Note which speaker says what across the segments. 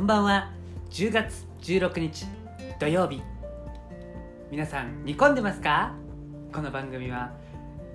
Speaker 1: んばんは10月16日土曜日皆さん煮込んでますかこの番組は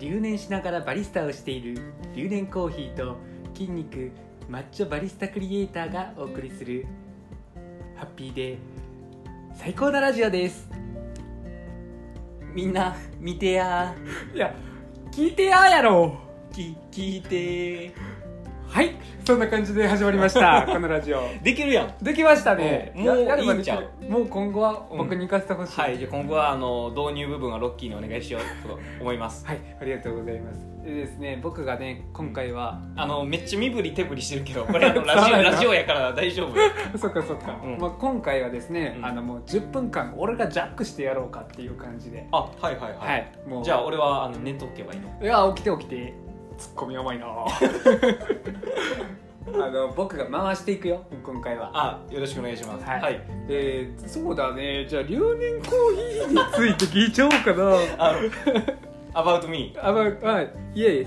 Speaker 1: 留年しながらバリスタをしている留年コーヒーと筋肉マッチョバリスタクリエイターがお送りするハッピーで最高なラジオです
Speaker 2: みんな見てや
Speaker 1: いや聞いてややろ
Speaker 2: き聞いて
Speaker 1: はいそんな感じで始まりました このラジオ
Speaker 2: できるやん
Speaker 1: できましたね
Speaker 2: おうもう
Speaker 1: ややれば
Speaker 2: いいんちゃう
Speaker 1: できるもう今後は僕に行かせてほしい、
Speaker 2: はいじゃあ今後はあの導入部分はロッキーにお願いしようと思い ます
Speaker 1: はい、ありがとうございます。でですね、僕がね、今回は、
Speaker 2: あのめっちゃ身振り手振りしてる けどこれあのラジオラジオやから大丈夫
Speaker 1: そっかそっか、
Speaker 2: うん
Speaker 1: まあ今回はですね、
Speaker 2: うん
Speaker 1: あのもう10分間俺がジャックしてやろうかっていう感じで、
Speaker 2: あはいはいはい、
Speaker 1: はい、もう
Speaker 2: じゃあ俺はあの寝とけばいいの
Speaker 1: いや起きて起きて、ツッコミ甘 いな。あの僕が回していくよ、今回は。
Speaker 2: あよろしくお願いします
Speaker 1: はい
Speaker 2: はい
Speaker 1: えー、そうだね、じゃあ留年コーヒーについて聞いちゃおうかな。
Speaker 2: あの About me
Speaker 1: あまあ、あいえいえ。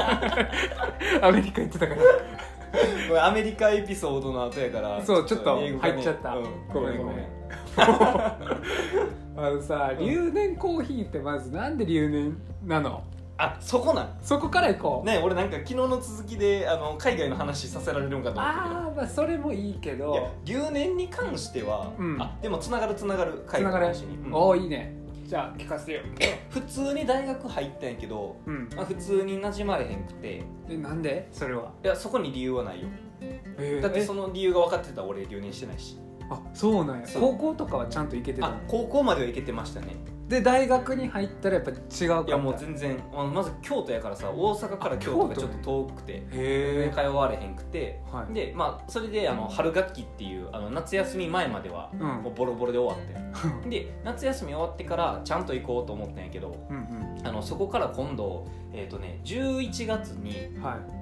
Speaker 1: あの アメリカ行ってたから。
Speaker 2: これアメリカエピソードの後やから
Speaker 1: そうちょっと
Speaker 2: 英語がね
Speaker 1: 入っちゃった
Speaker 2: うん
Speaker 1: ご
Speaker 2: ご
Speaker 1: めん
Speaker 2: めん
Speaker 1: ご
Speaker 2: ご
Speaker 1: めん
Speaker 2: めん
Speaker 1: あのさ留年コーヒーってまずなんで留年なの
Speaker 2: あそこなん
Speaker 1: そこから行こう、
Speaker 2: ね俺なんか昨日の続きであの海外の話させられるんかと思ったけど
Speaker 1: ああまあそれもいいけ
Speaker 2: いや
Speaker 1: ど
Speaker 2: 留年に関しては、
Speaker 1: うん
Speaker 2: あでもつながるつながる
Speaker 1: つ
Speaker 2: 海
Speaker 1: なが
Speaker 2: 外の
Speaker 1: る
Speaker 2: 話に、うん
Speaker 1: おおいいねじゃあ聞かせてよ
Speaker 2: 普通に大学入ったんやけど、
Speaker 1: うん
Speaker 2: まあ、普通に馴染まれへんくて
Speaker 1: えなんでそれはい
Speaker 2: やそこに理由はないよ
Speaker 1: えー
Speaker 2: だってそ
Speaker 1: え
Speaker 2: の理由が分かってたら俺留年してないし
Speaker 1: あそうなんや
Speaker 2: そう
Speaker 1: 高校とかはちゃんと行けてた
Speaker 2: あ
Speaker 1: の
Speaker 2: 高校までは行けてましたね
Speaker 1: で大学に入ったらやっぱ違うかった
Speaker 2: いやもう全然あのまず京都やからさ大阪から
Speaker 1: あ
Speaker 2: 京都が
Speaker 1: 京都
Speaker 2: ちょっ
Speaker 1: ね
Speaker 2: と遠くて
Speaker 1: へ
Speaker 2: 通われへんくて
Speaker 1: えはい
Speaker 2: でまあそれであの春学期っていうあの夏休み前までは
Speaker 1: うん
Speaker 2: もうボロボロで終わってで夏休み終わってからちゃんと行こうと思ったんやけど
Speaker 1: うんうん
Speaker 2: あのそこから今度えっ、とね11月に
Speaker 1: はい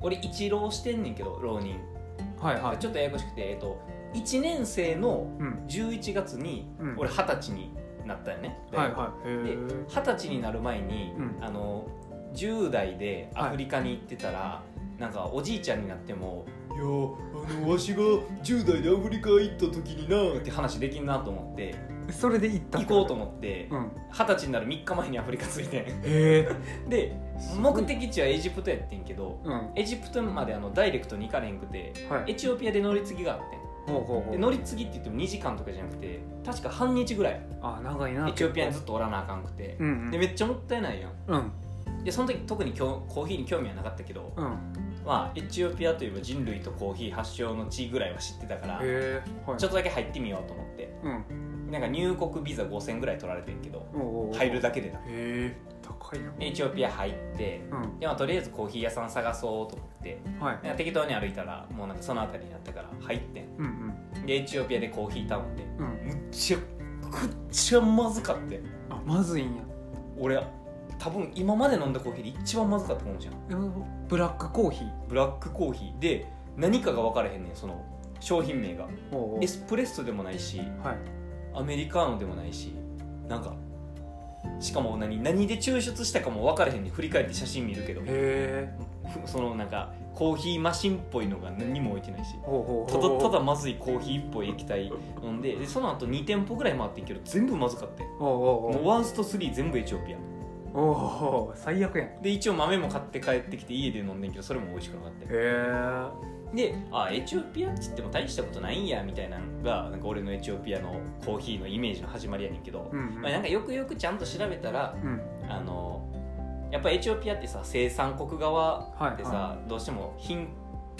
Speaker 2: 俺一浪してんねんけど浪人
Speaker 1: はいはい
Speaker 2: ちょっとややこしくてえっ、と1年生の
Speaker 1: うん
Speaker 2: 11月に
Speaker 1: うん
Speaker 2: 俺二十歳になったよね
Speaker 1: はいはいへ
Speaker 2: で
Speaker 1: ー
Speaker 2: 二十歳になる前に、
Speaker 1: うん
Speaker 2: あの10代でアフリカに行ってたら、なんかおじいちゃんになっても「いやーあのわしが10代でアフリカ行った時にな」って話できんなと思って
Speaker 1: それで行った
Speaker 2: 行こうと思って
Speaker 1: うん
Speaker 2: 二十歳になる3日前にアフリカ着いてん
Speaker 1: へえ
Speaker 2: で目的地はエジプトやってんけど
Speaker 1: うん
Speaker 2: エジプトまであのダイレクトに行かれへんくて
Speaker 1: はい
Speaker 2: エチオピアで乗り継ぎがあってん
Speaker 1: ほうほうほ
Speaker 2: で乗り継ぎって言っても2時間とかじゃなくて確か半日ぐらい
Speaker 1: あ長いな
Speaker 2: エチオピアにずっとおらなあかんくて
Speaker 1: う、んうん
Speaker 2: でめっちゃもったいないやん
Speaker 1: うん
Speaker 2: でその時特にきょコーヒーに興味はなかったけど、
Speaker 1: うん
Speaker 2: まあ、エチオピアといえば人類とコーヒー発祥の地ぐらいは知ってたから
Speaker 1: へえはい
Speaker 2: ちょっとだけ入ってみようと思って
Speaker 1: うん
Speaker 2: なんか入国ビザ5000ぐらい取られてんけど
Speaker 1: おうおう
Speaker 2: 入る
Speaker 1: へ
Speaker 2: だけでな
Speaker 1: え高いな
Speaker 2: エチオピア入って
Speaker 1: うん
Speaker 2: で、まあ、とりあえずコーヒー屋さん探そうと思って
Speaker 1: はい
Speaker 2: なんか適当に歩いたらもうなんかその辺りになったから入ってん
Speaker 1: うんうん
Speaker 2: でエチオピアでコーヒー頼んで
Speaker 1: うん
Speaker 2: むっちゃくっちゃまずかって
Speaker 1: あまずいんや
Speaker 2: 俺多分今まで飲んだコーヒーで一番まずかったかもしれん
Speaker 1: でもブラックコーヒー
Speaker 2: ブラックコーヒーで何かが分からへんねんその商品名が
Speaker 1: おうおう
Speaker 2: エスプレッソでもないし
Speaker 1: はい
Speaker 2: アメリカーノでもないしなんかしかも何何で抽出したかも分からへんねん振り返って写真見るけど
Speaker 1: へえ
Speaker 2: ふそのなんかコーヒーマシンっぽいのが何も置いてないし
Speaker 1: ほうほう
Speaker 2: た
Speaker 1: ほ
Speaker 2: だ
Speaker 1: う
Speaker 2: ただまずいコーヒーっぽい液体飲んででその後2店舗ぐらい回ってんけど全部まずかってん
Speaker 1: おうおう
Speaker 2: もうワンスト3全部エチオピア
Speaker 1: おうおう最悪やんへ
Speaker 2: で一応豆も買って帰ってきて家で飲んでんけどそれも美味しくなかった
Speaker 1: え
Speaker 2: であエチオピアっつっても大したことないんやみたいなのがなんか俺のエチオピアのコーヒーのイメージの始まりやねんけど、
Speaker 1: うんうん
Speaker 2: まあ、なんかよくよくちゃんと調べたら
Speaker 1: うん
Speaker 2: あのやっぱエチオピアってさ生産国側
Speaker 1: はい
Speaker 2: でさ、
Speaker 1: は
Speaker 2: どうしても貧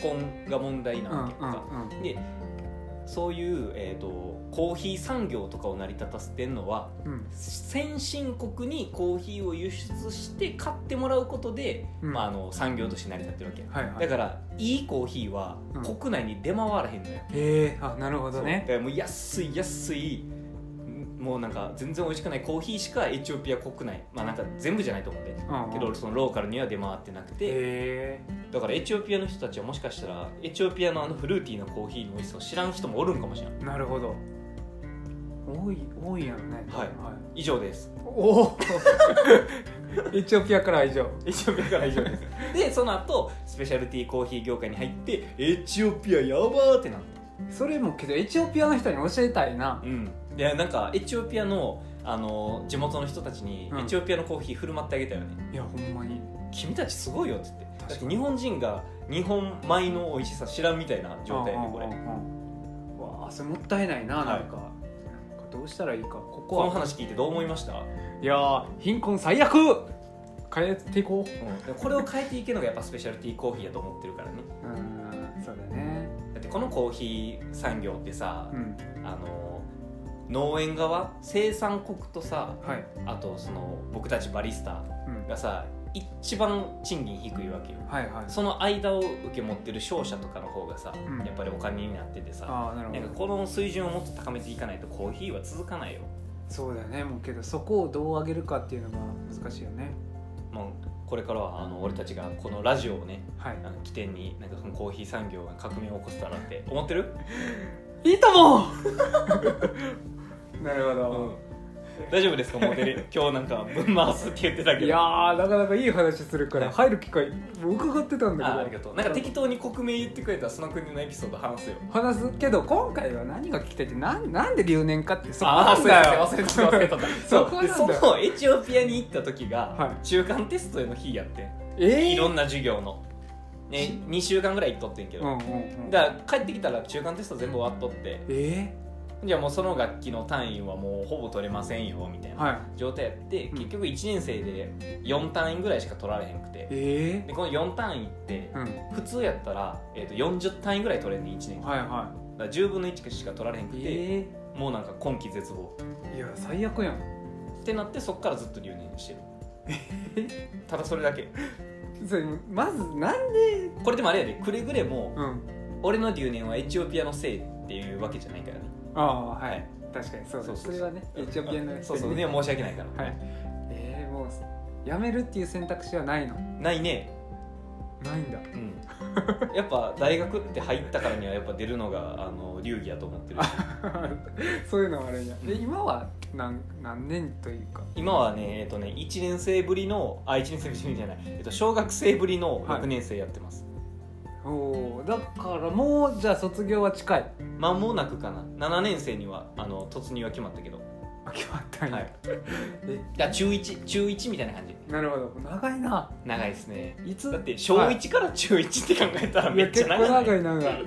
Speaker 2: 困が問題
Speaker 1: い
Speaker 2: な
Speaker 1: うん
Speaker 2: わ
Speaker 1: う
Speaker 2: けやんか、
Speaker 1: ん
Speaker 2: でそういう、えー、とコーヒー産業とかを成り立たせてんのは
Speaker 1: うん
Speaker 2: 先進国にコーヒーを輸出して買ってもらうことで、
Speaker 1: うん
Speaker 2: まあ、あの産業として成り立ってるわけやん
Speaker 1: はいは
Speaker 2: だ
Speaker 1: い
Speaker 2: からいいコーヒーは
Speaker 1: うん
Speaker 2: 国内に出回らへんのよ、
Speaker 1: へえあなるほ
Speaker 2: そ
Speaker 1: ど
Speaker 2: うだ
Speaker 1: ね
Speaker 2: からもう安い安いもうなんか全然美味しくないコーヒーしかエチオピア国内まあなんか全部じゃないと思うんで
Speaker 1: うんうん
Speaker 2: けど俺そのローカルには出回ってなくて
Speaker 1: へえ
Speaker 2: だからエチオピアの人たちはもしかしたらエチオピアのあのフルーティーなコーヒーの美味しさを知らん人もおるんかもしれない
Speaker 1: なるほど多い多いやんね
Speaker 2: は
Speaker 1: は
Speaker 2: い
Speaker 1: い
Speaker 2: 以上です
Speaker 1: おお エチオピアからは以上
Speaker 2: エチオ ピアから以上ですでその後スペシャルティーコーヒー業界に入ってエチオピアやばーってなって
Speaker 1: それもけどエチオピアの人に教えたいな
Speaker 2: うん、いやなんかエチオピアのあの地元の人たちに
Speaker 1: うん
Speaker 2: エチオピアのコーヒー振る舞ってあげたよね、
Speaker 1: いやほんまに
Speaker 2: 君たちすごいよって言って
Speaker 1: 確かに
Speaker 2: だって日本人が日本米の美味しさ知らんみたいな状態やねこれ
Speaker 1: うんうんうんわあそれもったいないななんか、
Speaker 2: はい
Speaker 1: なんかどうしたらいいかここ
Speaker 2: この
Speaker 1: は
Speaker 2: 話聞いてどう思いました、
Speaker 1: いやー貧困最悪変えていこう
Speaker 2: でもこれを変えていけるのがやっぱスペシャルティーコーヒーやと思ってるからね
Speaker 1: うんそうだね
Speaker 2: だってこのコーヒー産業ってさ
Speaker 1: う、ん
Speaker 2: あの農園側生産国とさ
Speaker 1: はい、
Speaker 2: あとその僕たちバリスタ
Speaker 1: うん、
Speaker 2: がさ一番賃金低いわけよ
Speaker 1: はいはい
Speaker 2: その間を受け持ってる商社とかの方がさ、
Speaker 1: うん
Speaker 2: やっぱりお金になっててさ
Speaker 1: ああなるほ
Speaker 2: なん
Speaker 1: ど
Speaker 2: かこの水準をもっと高めていかないとコーヒーは続かないよ、
Speaker 1: そうだよねもうけどそこをどう上げるかっていうのが難しいよね
Speaker 2: まあ、これからはあの俺たちがこのラジオをね
Speaker 1: はい
Speaker 2: あの起点になんかそのコーヒー産業が革命を起こせたらって思ってる、
Speaker 1: いいとも なるほど、
Speaker 2: 大丈夫ですかモ デル今日なんかぶん回すって言ってたけど
Speaker 1: いやーなかなかいい話するから入る機会もう伺ってたんだけ
Speaker 2: あ
Speaker 1: ど
Speaker 2: ありがとうなんか適当に国名言ってくれたらその国のエピソード話すよ
Speaker 1: 話すけど今回は何が聞きたいってなんなんで留年かってそこ
Speaker 2: あ
Speaker 1: な
Speaker 2: あ
Speaker 1: ん
Speaker 2: そうや
Speaker 1: だよ
Speaker 2: 忘れてた忘れてた
Speaker 1: そこ
Speaker 2: そ
Speaker 1: な
Speaker 2: うんで
Speaker 1: だ
Speaker 2: そのエチオピアに行った時
Speaker 1: は
Speaker 2: が中間テストへの日やってん
Speaker 1: え
Speaker 2: い
Speaker 1: ー
Speaker 2: ろんな授業の、ね、2週間ぐらい行っとってんけ
Speaker 1: うんうん
Speaker 2: ど、
Speaker 1: うん
Speaker 2: だから帰ってきたら中間テスト全部終わっとって
Speaker 1: え
Speaker 2: じゃあもうその学期の単位はもうほぼ取れませんよみたい
Speaker 1: ー
Speaker 2: な
Speaker 1: はい
Speaker 2: 状態やって、
Speaker 1: うん
Speaker 2: 結局1年生で4単位ぐらいしか取られへんくて
Speaker 1: え
Speaker 2: でこの4単位って
Speaker 1: ーうん
Speaker 2: 普通やったら、えー、と40単位ぐらい取れんねん1年間だか
Speaker 1: はいは
Speaker 2: ら10分の1しか取られへんく
Speaker 1: い
Speaker 2: て、
Speaker 1: え
Speaker 2: もうなんか今期絶望
Speaker 1: ーいや最悪やん
Speaker 2: ってなってそっからずっと留年してるただそれだけ
Speaker 1: それまずなんで
Speaker 2: これでもあれやでくれぐれも
Speaker 1: うん
Speaker 2: 俺の留年はエチオピアのせいっていうわけじゃないからね
Speaker 1: ああはい、
Speaker 2: はい
Speaker 1: 確かにそうだ
Speaker 2: そうそうそう
Speaker 1: それはねエチオピアの
Speaker 2: そうそうには申し訳ないから、
Speaker 1: はいえー、もうやめるっていう選択肢はないの
Speaker 2: ないね
Speaker 1: ないんだ
Speaker 2: うん やっぱ大学って入ったからにはやっぱ出るのがあの流儀やと思ってる
Speaker 1: そういうのはあれやで今は何何年というか
Speaker 2: 今はねえっとね1年生ぶりのあ1年生ぶりじゃない、えっと、小学生ぶりの
Speaker 1: はい
Speaker 2: 6年生やってます、
Speaker 1: おーだからもうじゃあ卒業は近い
Speaker 2: 間もなくかな7年生にはあの突入は決まったけど、
Speaker 1: あ決まったんや、
Speaker 2: はい
Speaker 1: え
Speaker 2: だから中1中1みたいな感じ
Speaker 1: なるほど長いな
Speaker 2: 長いですね
Speaker 1: いつ
Speaker 2: だって小1から中1って考えたら
Speaker 1: い
Speaker 2: め
Speaker 1: や
Speaker 2: っち
Speaker 1: 結
Speaker 2: ゃ
Speaker 1: 構
Speaker 2: 長い,、
Speaker 1: 長い長い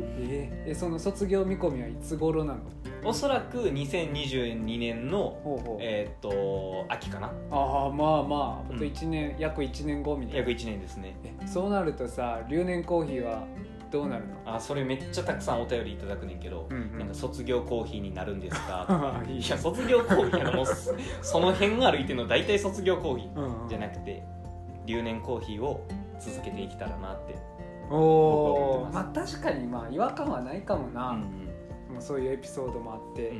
Speaker 1: えーえその卒業見込みはいつ頃なの
Speaker 2: おそらく2022年の
Speaker 1: ほうほう
Speaker 2: えっと秋かな
Speaker 1: ああまあまああ
Speaker 2: うん
Speaker 1: と1年、約1年後みたい
Speaker 2: 約
Speaker 1: な
Speaker 2: 1年ですね
Speaker 1: えそうなるとさ留年コーヒーはどうなるの
Speaker 2: あそれめっちゃたくさんお便りいただくねんけど、
Speaker 1: うんうん
Speaker 2: なんか卒業コーヒーになるんですか
Speaker 1: ああいい
Speaker 2: いや卒業コーヒーやろもうそ その辺歩いてるの大体卒業コーヒー
Speaker 1: うんうん
Speaker 2: じゃなくて留年コーヒーを続けていけたらなって、
Speaker 1: おお
Speaker 2: 僕は
Speaker 1: まあ
Speaker 2: 思
Speaker 1: 確かにまあ違和感はないかもな、
Speaker 2: うん
Speaker 1: もうそういうエピソードもあって、
Speaker 2: うん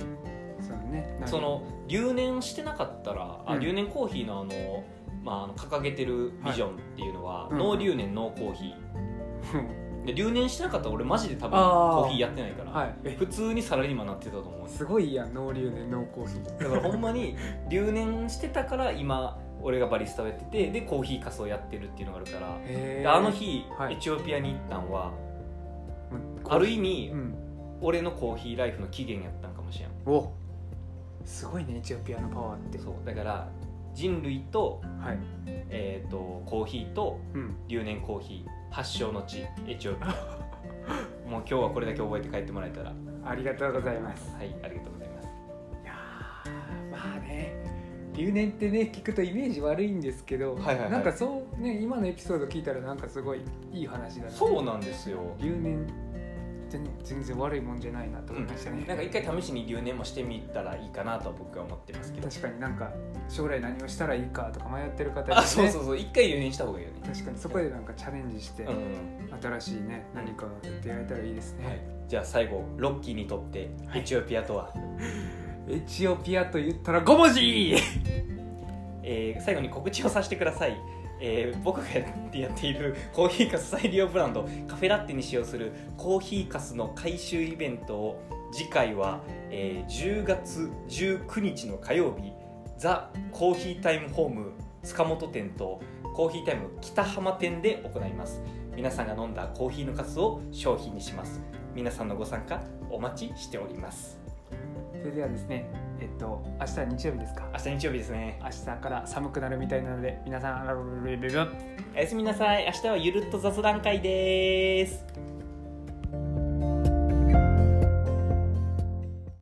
Speaker 1: そのねなんか
Speaker 2: その留年してなかったら、あ
Speaker 1: うん
Speaker 2: 留年コーヒーのあの,、まあ、あの掲げてるビジョンっていうのは、
Speaker 1: いうん
Speaker 2: ノー留年ノーコーヒー、
Speaker 1: うん
Speaker 2: で留年してなかったら俺マジで多分
Speaker 1: あー
Speaker 2: コーヒーやってないか ら、
Speaker 1: はいえ
Speaker 2: 普通にサラリーマンになってたと思うんです
Speaker 1: すごいやんノー流年ノーコーヒー
Speaker 2: だからほんまに留年してたから今俺がバリスタをやっててでコーヒー仮装やってるっていうのがあるから
Speaker 1: へ
Speaker 2: で
Speaker 1: ー
Speaker 2: あの日、
Speaker 1: はい
Speaker 2: エチオピアに行ったんは
Speaker 1: うん
Speaker 2: ある意味、
Speaker 1: うん
Speaker 2: 俺のコーヒーライフの起源やったんかもしれん
Speaker 1: おすごいねエチオピアのパワーって
Speaker 2: そうだから人類と,、
Speaker 1: はい
Speaker 2: えー、とコーヒーと
Speaker 1: うん
Speaker 2: 留年コーヒー発祥の地エチ オピアもう今日はこれだけ覚えて帰ってもらえたらは
Speaker 1: ありがとうございます
Speaker 2: いありがとうございます
Speaker 1: いやーまあね留年ってね聞くとイメージ悪いんですけど、
Speaker 2: はいはいはい
Speaker 1: なんかそうね今のエピソード聞いたらなんかすごいいい話だな
Speaker 2: そうなんですよ、
Speaker 1: 留年ってね全然悪いもんじゃないなと思いましたね、
Speaker 2: なんか一回試しに留年もしてみたらいいかなとは僕は思ってますけど
Speaker 1: 確かになんか将来何をしたらいいかとか迷ってる方にね
Speaker 2: あそうそうそう一回留年した方がいいよね
Speaker 1: 確かにそこでなんかチャレンジして、
Speaker 2: うん、
Speaker 1: 新しいね何か出会えたらいいですね、
Speaker 2: はい、じゃあ最後ロッキーにとってエチオピアとは、
Speaker 1: エチオピアと言ったら5文字
Speaker 2: えー最後に告知をさせてください、えー僕がやってやっているコーヒーかす再利用ブランドカフェラッテに使用するコーヒーかすの回収イベントを次回は、えー10月19日の火曜日ザ・コーヒータイムホーム塚本店とコーヒータイム北浜店で行います皆さんが飲んだコーヒーの数を商品にします皆さんのご参加お待ちしております
Speaker 1: それではですねえっと明日は日曜日ですか
Speaker 2: 明日日曜日ですね
Speaker 1: 明日から寒くなるみたいなので皆さんあらららららら
Speaker 2: おやすみなさい明日はゆるっと雑談会です